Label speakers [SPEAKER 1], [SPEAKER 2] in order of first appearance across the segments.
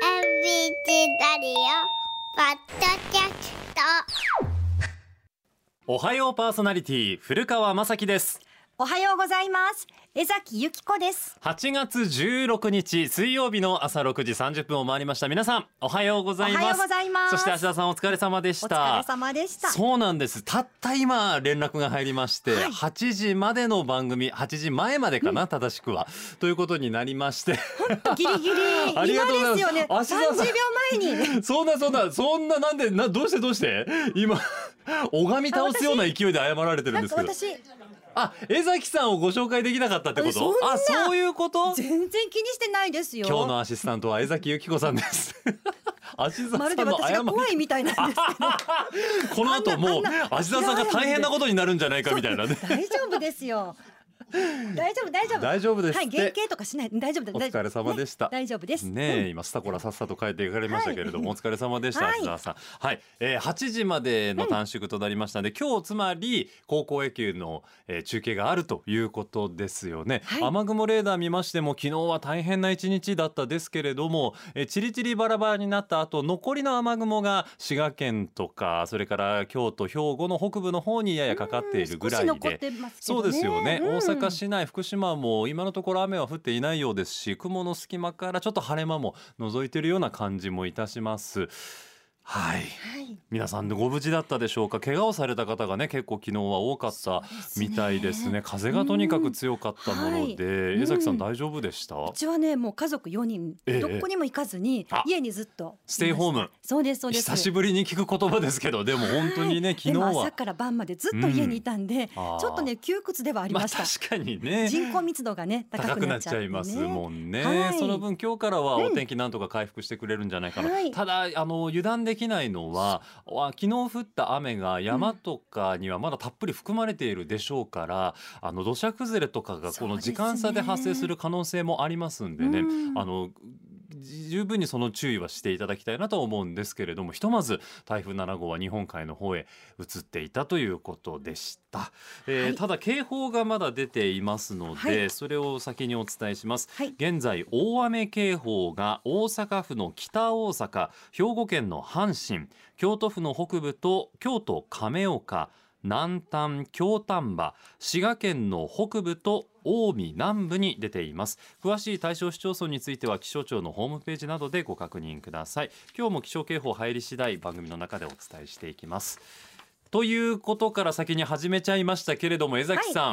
[SPEAKER 1] チラリオポッドキャスト
[SPEAKER 2] おはようパーソナリティ古川雅樹です
[SPEAKER 3] おはようございます。江崎由紀子です。
[SPEAKER 2] 8月16日水曜日の朝6時30分を回りました皆さんおはようございます
[SPEAKER 3] おはようございます
[SPEAKER 2] そして芦田さんお疲れ様で
[SPEAKER 3] お
[SPEAKER 2] した
[SPEAKER 3] 疲れ様でした。
[SPEAKER 2] そうなんですたった今連絡が入りまして、
[SPEAKER 3] はい
[SPEAKER 2] 8時までの番組8時前までかな、正しくはということになりまして
[SPEAKER 3] ギリギリ
[SPEAKER 2] あ
[SPEAKER 3] 今
[SPEAKER 2] り
[SPEAKER 3] で
[SPEAKER 2] がとうございます
[SPEAKER 3] すよね。
[SPEAKER 2] あ
[SPEAKER 3] 30
[SPEAKER 2] 芦田さん
[SPEAKER 3] 秒前に
[SPEAKER 2] そんなそんなそんななんでなどうしてどうして今拝み倒すような勢いで謝られてる
[SPEAKER 3] なんん
[SPEAKER 2] です
[SPEAKER 3] か
[SPEAKER 2] けど
[SPEAKER 3] 私
[SPEAKER 2] あ江崎さんをご紹介できなかったってこ
[SPEAKER 3] えそん
[SPEAKER 2] と
[SPEAKER 3] な
[SPEAKER 2] あそういうこと
[SPEAKER 3] 全然気にしてないですよ。
[SPEAKER 2] 今日のアシスタントは江崎由紀子さんです。 芦田
[SPEAKER 3] ま
[SPEAKER 2] さ
[SPEAKER 3] る
[SPEAKER 2] ん
[SPEAKER 3] で
[SPEAKER 2] の
[SPEAKER 3] 私
[SPEAKER 2] 謝
[SPEAKER 3] が
[SPEAKER 2] り
[SPEAKER 3] 怖いみたいなんです。
[SPEAKER 2] この後もう
[SPEAKER 3] あんなあんな
[SPEAKER 2] 芦田さんが大変なことになるんじゃないかみたいなね。
[SPEAKER 3] 大丈夫ですよ。大丈夫大丈夫。
[SPEAKER 2] 大丈夫です
[SPEAKER 3] は
[SPEAKER 2] っ
[SPEAKER 3] い
[SPEAKER 2] て
[SPEAKER 3] 原型とかしない大丈夫だ
[SPEAKER 2] お
[SPEAKER 3] 大丈夫
[SPEAKER 2] 疲れ様でした
[SPEAKER 3] ね大丈夫です。
[SPEAKER 2] ねえ、今スタコラさっさと帰っていかれましたけれども、お疲れ様でした、
[SPEAKER 3] はい
[SPEAKER 2] 芦田さん。はい、えー、8時までの短縮となりましたので、今日つまり高校野球の、えー中継があるということですよね、
[SPEAKER 3] はい
[SPEAKER 2] 雨雲レーダー見ましても、昨日は大変な一日だったですけれども、えー、チリチリバラバラになった後、残りの雨雲が滋賀県とか、それから京都、兵庫の北部の方にややかかっているぐらいで。
[SPEAKER 3] 少し残ってますけ
[SPEAKER 2] そ
[SPEAKER 3] どね。
[SPEAKER 2] うですよね、
[SPEAKER 3] う
[SPEAKER 2] 大阪
[SPEAKER 3] ん
[SPEAKER 2] 市内福島も今のところ雨は降っていないようですし雲の隙間からちょっと晴れ間も覗いているような感じもいたしますはい
[SPEAKER 3] はい
[SPEAKER 2] 皆さんご無事だったでしょうか怪我をされた方がね結構昨日は多かった
[SPEAKER 3] そうですね
[SPEAKER 2] みたいですね風がとにかく強かったもので、
[SPEAKER 3] い
[SPEAKER 2] 江崎さん
[SPEAKER 3] うん
[SPEAKER 2] 大丈夫でした、
[SPEAKER 3] うちはねもう家族4人
[SPEAKER 2] ええ
[SPEAKER 3] どこにも行かずに
[SPEAKER 2] あ
[SPEAKER 3] 家にずっと
[SPEAKER 2] ステイホー
[SPEAKER 3] ム
[SPEAKER 2] ム
[SPEAKER 3] そうですそうです
[SPEAKER 2] 久しぶりに聞く言葉ですけどでも本当にね昨日
[SPEAKER 3] でも
[SPEAKER 2] は
[SPEAKER 3] 朝から晩までずっと家にいたんで、
[SPEAKER 2] あー
[SPEAKER 3] ちょっとね窮屈ではありました、
[SPEAKER 2] あ確かにね
[SPEAKER 3] 人口密度がね高
[SPEAKER 2] 高
[SPEAKER 3] く
[SPEAKER 2] くな
[SPEAKER 3] なっ
[SPEAKER 2] っ
[SPEAKER 3] ち
[SPEAKER 2] ち
[SPEAKER 3] ゃって、
[SPEAKER 2] ゃ
[SPEAKER 3] ね、
[SPEAKER 2] いますもんね、
[SPEAKER 3] はい
[SPEAKER 2] その分今日からは
[SPEAKER 3] うん
[SPEAKER 2] お天気なんとか回復してくれるんじゃないかな、
[SPEAKER 3] はい
[SPEAKER 2] ただあの油断できないのはあ昨日降った雨が山とかにはまだたっぷり含まれているでしょうから、あの土砂崩れとかがこ
[SPEAKER 3] そう
[SPEAKER 2] の
[SPEAKER 3] ですね
[SPEAKER 2] 時間差で発生する可能性もありますんでね、
[SPEAKER 3] うん
[SPEAKER 2] あの十分にその注意はしていただきたいなとは思うんですけれどもひとまず台風7号は日本海の方へ移っていたということでした、えー
[SPEAKER 3] はい
[SPEAKER 2] ただ警報がまだ出ていますので、
[SPEAKER 3] はい
[SPEAKER 2] それを先にお伝えします
[SPEAKER 3] はい
[SPEAKER 2] 現在大雨警報が大阪府の北大阪兵庫県の阪神京都府の北部と京都亀岡南端京丹波滋賀県の北部と近江南部に出ています詳しい対象市町村については気象庁のホームページなどでご確認ください今日も気象警報入り次第番組の中でお伝えしていきますということから先に始めちゃいましたけれども江崎さ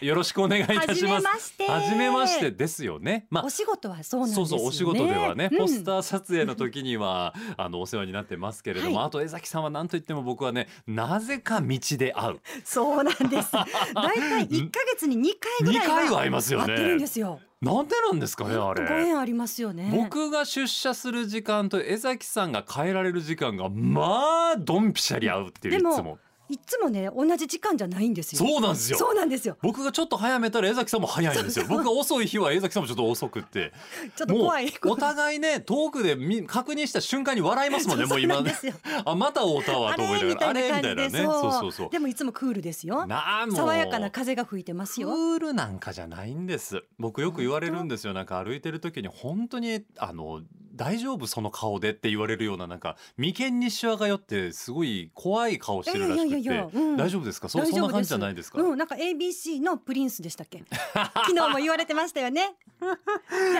[SPEAKER 2] ん、よろしくお願いいたします
[SPEAKER 3] 初めまして
[SPEAKER 2] 初めましてですよねまあ
[SPEAKER 3] お仕事はそうなんです
[SPEAKER 2] そ
[SPEAKER 3] よ
[SPEAKER 2] う
[SPEAKER 3] ね
[SPEAKER 2] そうお仕事ではね、
[SPEAKER 3] うん
[SPEAKER 2] ポスター撮影の時には あのお世話になってますけれども、
[SPEAKER 3] はい
[SPEAKER 2] あと江崎さんは何と言っても僕はねなぜか道で会う
[SPEAKER 3] そうなん ですだいたい1ヶ月に2回ぐらい
[SPEAKER 2] 二回は会いますよね
[SPEAKER 3] 会ってるんですよ
[SPEAKER 2] なんでなんですか ねあ
[SPEAKER 3] ご
[SPEAKER 2] れ
[SPEAKER 3] 縁ありますよね
[SPEAKER 2] 僕が出社する時間と江崎さんが帰られる時間がまあドンピシャに合うっていういつ
[SPEAKER 3] でも
[SPEAKER 2] も
[SPEAKER 3] いつもね同じ時間じゃないんですよ
[SPEAKER 2] そうなんですよ
[SPEAKER 3] そうなんですよ
[SPEAKER 2] 僕がちょっと早めたら江崎さんも早いんですよ僕が遅い日は江崎さんもちょっと遅くって
[SPEAKER 3] ちょっと
[SPEAKER 2] も
[SPEAKER 3] 怖いう
[SPEAKER 2] お互いね遠くで見確認した瞬間に笑いますもんねもう今
[SPEAKER 3] そうなんで
[SPEAKER 2] ね
[SPEAKER 3] すよ
[SPEAKER 2] あまた会うたわ
[SPEAKER 3] あ
[SPEAKER 2] と思いな
[SPEAKER 3] れみ
[SPEAKER 2] がら
[SPEAKER 3] た
[SPEAKER 2] あ
[SPEAKER 3] いな
[SPEAKER 2] れみた
[SPEAKER 3] 感じ
[SPEAKER 2] いな
[SPEAKER 3] で
[SPEAKER 2] ねそうそうそう
[SPEAKER 3] でもいつもクールですよ
[SPEAKER 2] なあもう
[SPEAKER 3] 爽やかな風が吹いてます
[SPEAKER 2] ク
[SPEAKER 3] よ
[SPEAKER 2] ールなんかじゃないんです僕よく言われるんですよなんか歩いてる時に本当にあの大丈夫その顔でって言われるようななんか眉間にシワがよってすごい怖い顔してるらしくて
[SPEAKER 3] うん
[SPEAKER 2] 大丈夫ですかそ
[SPEAKER 3] 大
[SPEAKER 2] そん
[SPEAKER 3] 丈
[SPEAKER 2] な
[SPEAKER 3] 夫
[SPEAKER 2] 感じじゃないですか、
[SPEAKER 3] うん、なんか ABC のプリンスでしたっ け昨日も言われてましたよねで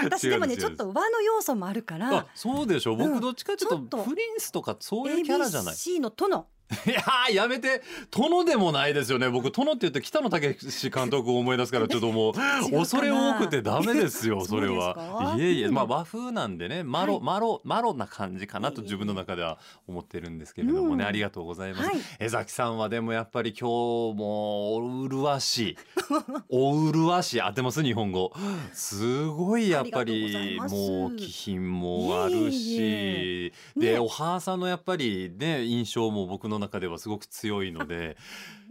[SPEAKER 3] 私で
[SPEAKER 2] 違う
[SPEAKER 3] もね
[SPEAKER 2] んです
[SPEAKER 3] ちょっと和の要素もあるか
[SPEAKER 2] あ
[SPEAKER 3] ら
[SPEAKER 2] そうでしょう
[SPEAKER 3] う
[SPEAKER 2] 僕
[SPEAKER 3] ん
[SPEAKER 2] どっちかと
[SPEAKER 3] ち
[SPEAKER 2] い
[SPEAKER 3] ょ
[SPEAKER 2] う
[SPEAKER 3] っ
[SPEAKER 2] と
[SPEAKER 3] と
[SPEAKER 2] プリンスとかそういうキャラじゃない
[SPEAKER 3] ABC のとの
[SPEAKER 2] いやーやめて殿でもないですよね僕殿って言って北野武監督を思い出すからちょっともう
[SPEAKER 3] 違うかな
[SPEAKER 2] 恐れ多くてダメです よ
[SPEAKER 3] そ
[SPEAKER 2] そう
[SPEAKER 3] で
[SPEAKER 2] れ
[SPEAKER 3] すか
[SPEAKER 2] は。いえいえ
[SPEAKER 3] うん
[SPEAKER 2] まあ和風なんでねマロ、
[SPEAKER 3] はい
[SPEAKER 2] マロマロな感じかなと
[SPEAKER 3] いえいえ
[SPEAKER 2] 自分の中では思ってるんですけれどもね、
[SPEAKER 3] うん
[SPEAKER 2] ありがとうございます。
[SPEAKER 3] はい
[SPEAKER 2] 江崎さんはでもやっぱり今日も麗しいお麗しい当てます日本語すごいやっぱ
[SPEAKER 3] あ
[SPEAKER 2] り
[SPEAKER 3] りがとうござい
[SPEAKER 2] も
[SPEAKER 3] ま
[SPEAKER 2] う
[SPEAKER 3] す
[SPEAKER 2] 気品もあるし
[SPEAKER 3] いえいえ
[SPEAKER 2] で、
[SPEAKER 3] ね
[SPEAKER 2] お母さんのやっぱりね印象も僕の中ではすごく強いので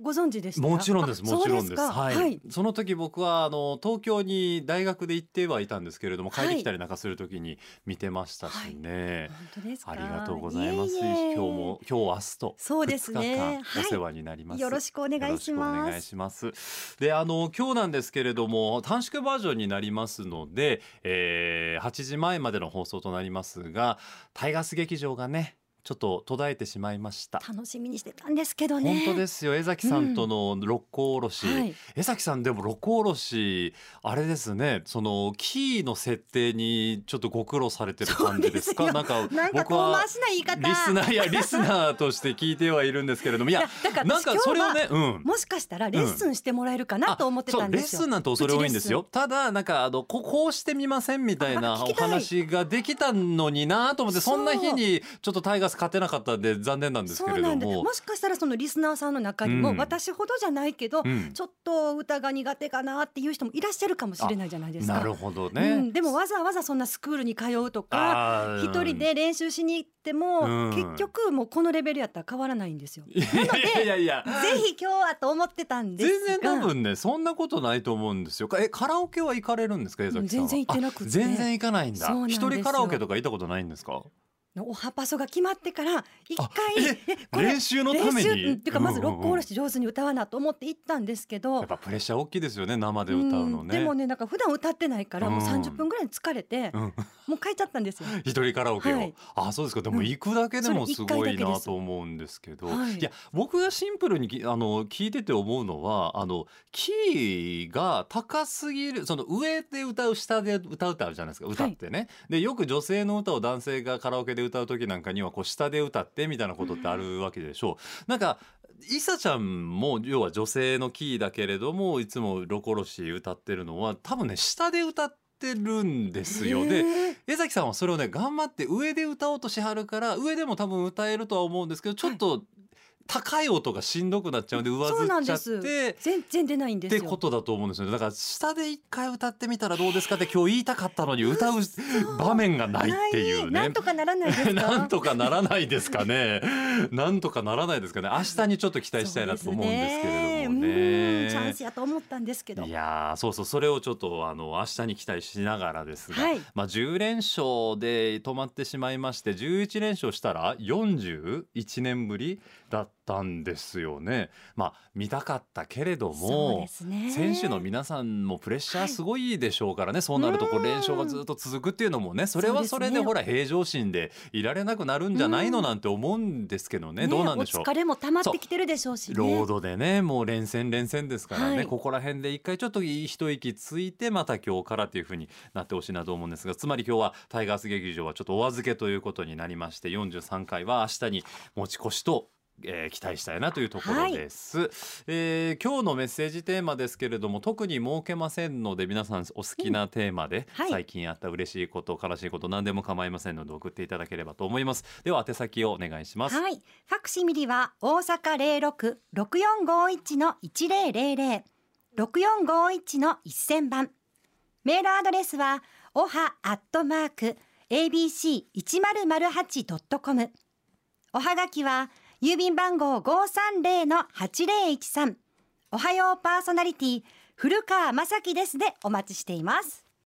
[SPEAKER 3] ご存知でした
[SPEAKER 2] もちろんです
[SPEAKER 3] あ
[SPEAKER 2] もちろんです
[SPEAKER 3] そうか
[SPEAKER 2] はい、
[SPEAKER 3] はい
[SPEAKER 2] その時僕はあの東京に大学で行ってはいたんですけれども
[SPEAKER 3] はい
[SPEAKER 2] 帰ってきたりなんかする時に見てましたしね、
[SPEAKER 3] 本当ですか
[SPEAKER 2] ありがとうございます
[SPEAKER 3] ええ
[SPEAKER 2] 今日も今日明日と
[SPEAKER 3] そうです
[SPEAKER 2] 2日
[SPEAKER 3] ね
[SPEAKER 2] 間
[SPEAKER 3] は
[SPEAKER 2] お世
[SPEAKER 3] い
[SPEAKER 2] 話になります、
[SPEAKER 3] よろしくお願いし
[SPEAKER 2] よろしくお
[SPEAKER 3] ま
[SPEAKER 2] 願い
[SPEAKER 3] す
[SPEAKER 2] します。で、あの今日なんですけれども短縮バージョンになりますので、えー8時前までの放送となりますが、タイガース劇場がね、ちょっと途絶えてしまいました。
[SPEAKER 3] 楽しみにしてたんですけどね
[SPEAKER 2] 本当ですよ江崎さんとの六甲おろし、
[SPEAKER 3] はい
[SPEAKER 2] 江崎さんでも六甲おろしあれですねそのキーの設定にちょっとご苦労されてる感じですか
[SPEAKER 3] そうで
[SPEAKER 2] なんか
[SPEAKER 3] なんか
[SPEAKER 2] 僕
[SPEAKER 3] 遠
[SPEAKER 2] は
[SPEAKER 3] 回しな言い方
[SPEAKER 2] リスナーいやリスナーとして聞いてはいるんですけれどもい
[SPEAKER 3] い
[SPEAKER 2] や
[SPEAKER 3] やだから
[SPEAKER 2] なん
[SPEAKER 3] 私今
[SPEAKER 2] か
[SPEAKER 3] 日
[SPEAKER 2] それを
[SPEAKER 3] は
[SPEAKER 2] ねうん
[SPEAKER 3] もしかしたらレッスンしてもらえるか
[SPEAKER 2] あ
[SPEAKER 3] なと思ってたんですよ、
[SPEAKER 2] そうレッスンなんて恐れ多いんですよただなんかあのここうしてみませんみたいな
[SPEAKER 3] あ聞
[SPEAKER 2] お
[SPEAKER 3] きたい
[SPEAKER 2] 話ができたのになと思って
[SPEAKER 3] そう
[SPEAKER 2] そんな日にちょっとタイガース勝てなかったんで残念なんです
[SPEAKER 3] そ
[SPEAKER 2] け
[SPEAKER 3] う
[SPEAKER 2] れ
[SPEAKER 3] な
[SPEAKER 2] ど
[SPEAKER 3] んで
[SPEAKER 2] も
[SPEAKER 3] もしかしたらそのリスナーさんの中にも、
[SPEAKER 2] うん
[SPEAKER 3] 私ほどじゃないけど、
[SPEAKER 2] うん
[SPEAKER 3] ちょっと歌が苦手かなっていう人もいらっしゃるかもしれないじゃないですか。
[SPEAKER 2] なるほど
[SPEAKER 3] う
[SPEAKER 2] ね
[SPEAKER 3] ん、でもわざわざそんなスクールに通うとか
[SPEAKER 2] あー
[SPEAKER 3] 一人で練習しに行っても、
[SPEAKER 2] うん
[SPEAKER 3] 結局もうこのレベルやったら変わらないんですよ。ぜ
[SPEAKER 2] いやいやいやいや
[SPEAKER 3] ひ今日はと思ってたんです
[SPEAKER 2] 全
[SPEAKER 3] が
[SPEAKER 2] 然多分ねそんなことないと思うんですよかえカラオケは行かれるんですか江崎さんは
[SPEAKER 3] 全然行ってなくて
[SPEAKER 2] あ全然行かないんだ
[SPEAKER 3] そうなんです
[SPEAKER 2] 一
[SPEAKER 3] よ
[SPEAKER 2] 人カラオケとか行ったことないんですか
[SPEAKER 3] おはパソが決まってから一回
[SPEAKER 2] あ
[SPEAKER 3] えこれ
[SPEAKER 2] 練習のた
[SPEAKER 3] 練
[SPEAKER 2] めに
[SPEAKER 3] 習うんっていうかまず
[SPEAKER 2] うんうんうん
[SPEAKER 3] 六甲おろし上手に歌わなと思って行ったんですけど、
[SPEAKER 2] やっぱプレッシャー大きいですよね生で歌うの
[SPEAKER 3] うん
[SPEAKER 2] ね
[SPEAKER 3] でもねなんか普段歌ってないからもう
[SPEAKER 2] うん
[SPEAKER 3] 30分ぐらいに疲れて、
[SPEAKER 2] うん
[SPEAKER 3] もう帰っちゃったんですよ。
[SPEAKER 2] 一人カラオケを、
[SPEAKER 3] はい
[SPEAKER 2] あそうですかでも
[SPEAKER 3] うん
[SPEAKER 2] 行くだけでも
[SPEAKER 3] それ
[SPEAKER 2] すごい
[SPEAKER 3] 一回だけで
[SPEAKER 2] な
[SPEAKER 3] す
[SPEAKER 2] と思うんですけど、
[SPEAKER 3] はい
[SPEAKER 2] い、や僕がシンプルにきあの聞いてて思うのはあのキーが高すぎるその上で歌う下で歌うってあるじゃないですか歌ってね、でよく女性の歌を男性がカラオケで歌う時なんかにはこう下で歌ってみたいなことってあるわけでしょう、なんかイサちゃんも要は女性のキーだけれどもいつもロコロシ歌ってるのは多分ね下で歌ってるんですよ、で
[SPEAKER 3] へー
[SPEAKER 2] 江崎さんはそれをね頑張って上で歌おうとしはるから上でも多分歌えるとは思うんですけどちょっと高い音がしんどくなっちゃうんで上
[SPEAKER 3] そうなん
[SPEAKER 2] ず
[SPEAKER 3] で
[SPEAKER 2] っちゃ
[SPEAKER 3] す
[SPEAKER 2] って。
[SPEAKER 3] 全然出ないんで
[SPEAKER 2] っ
[SPEAKER 3] す
[SPEAKER 2] て
[SPEAKER 3] よ。
[SPEAKER 2] ことだと思うんですよねだから下で一回歌ってみたらどうですかって今日言いたかったのに歌う場面がないっていう
[SPEAKER 3] な
[SPEAKER 2] ね
[SPEAKER 3] んとかならないですか。
[SPEAKER 2] なんとかならないですかね。なんとかならないですかね。明日にちょっと期待したいなと思うんですけれども
[SPEAKER 3] そうです
[SPEAKER 2] ね。
[SPEAKER 3] うんチャンスやと思ったんですけど。
[SPEAKER 2] いやーそうそうそれをちょっとあの明日に期待しながらですが、
[SPEAKER 3] はい
[SPEAKER 2] まあ10連勝で止まってしまいまして11連勝したら41年ぶりだったんですよね。まあ見たかったけれど
[SPEAKER 3] そう
[SPEAKER 2] も
[SPEAKER 3] で。すね。
[SPEAKER 2] 選手の皆さんもプレッシャーすごいでしょうからね、そうなるとこ
[SPEAKER 3] う
[SPEAKER 2] うん連勝がずっと続くっていうのもねそれ
[SPEAKER 3] そう
[SPEAKER 2] は
[SPEAKER 3] です
[SPEAKER 2] そ
[SPEAKER 3] ね
[SPEAKER 2] れでほら平常心でいられなくなるんじゃないのなんて思うんですけどね、どうなんでしょう
[SPEAKER 3] お疲れも溜まってきてるでしょうしね。
[SPEAKER 2] ロードでねもう連戦連戦ですからね、
[SPEAKER 3] はい
[SPEAKER 2] ここら辺で一回ちょっと一息ついてまた今日からというふうになってほしいなと思うんですがつまり今日はタイガース劇場はちょっとお預けということになりまして43回は明日に持ち越しと、えー期待したいなというところです、えー今日のメッセージテーマですけれども特に設けませんので皆さんお好きなテーマで、
[SPEAKER 3] はい
[SPEAKER 2] 最近あった嬉しいこと悲しいこと何でも構いませんので送っていただければと思いますでは宛先をお願いします、
[SPEAKER 3] はい、ファクシミリは大阪零六六四五一の一零零零六四五一の一千番。メールアドレスはおはアットマーク abc 一0 0 8ドットコム。おはがきは郵便番号五三零の八零一三。おはようパーソナリティ古川雅樹ですでお待ちしています。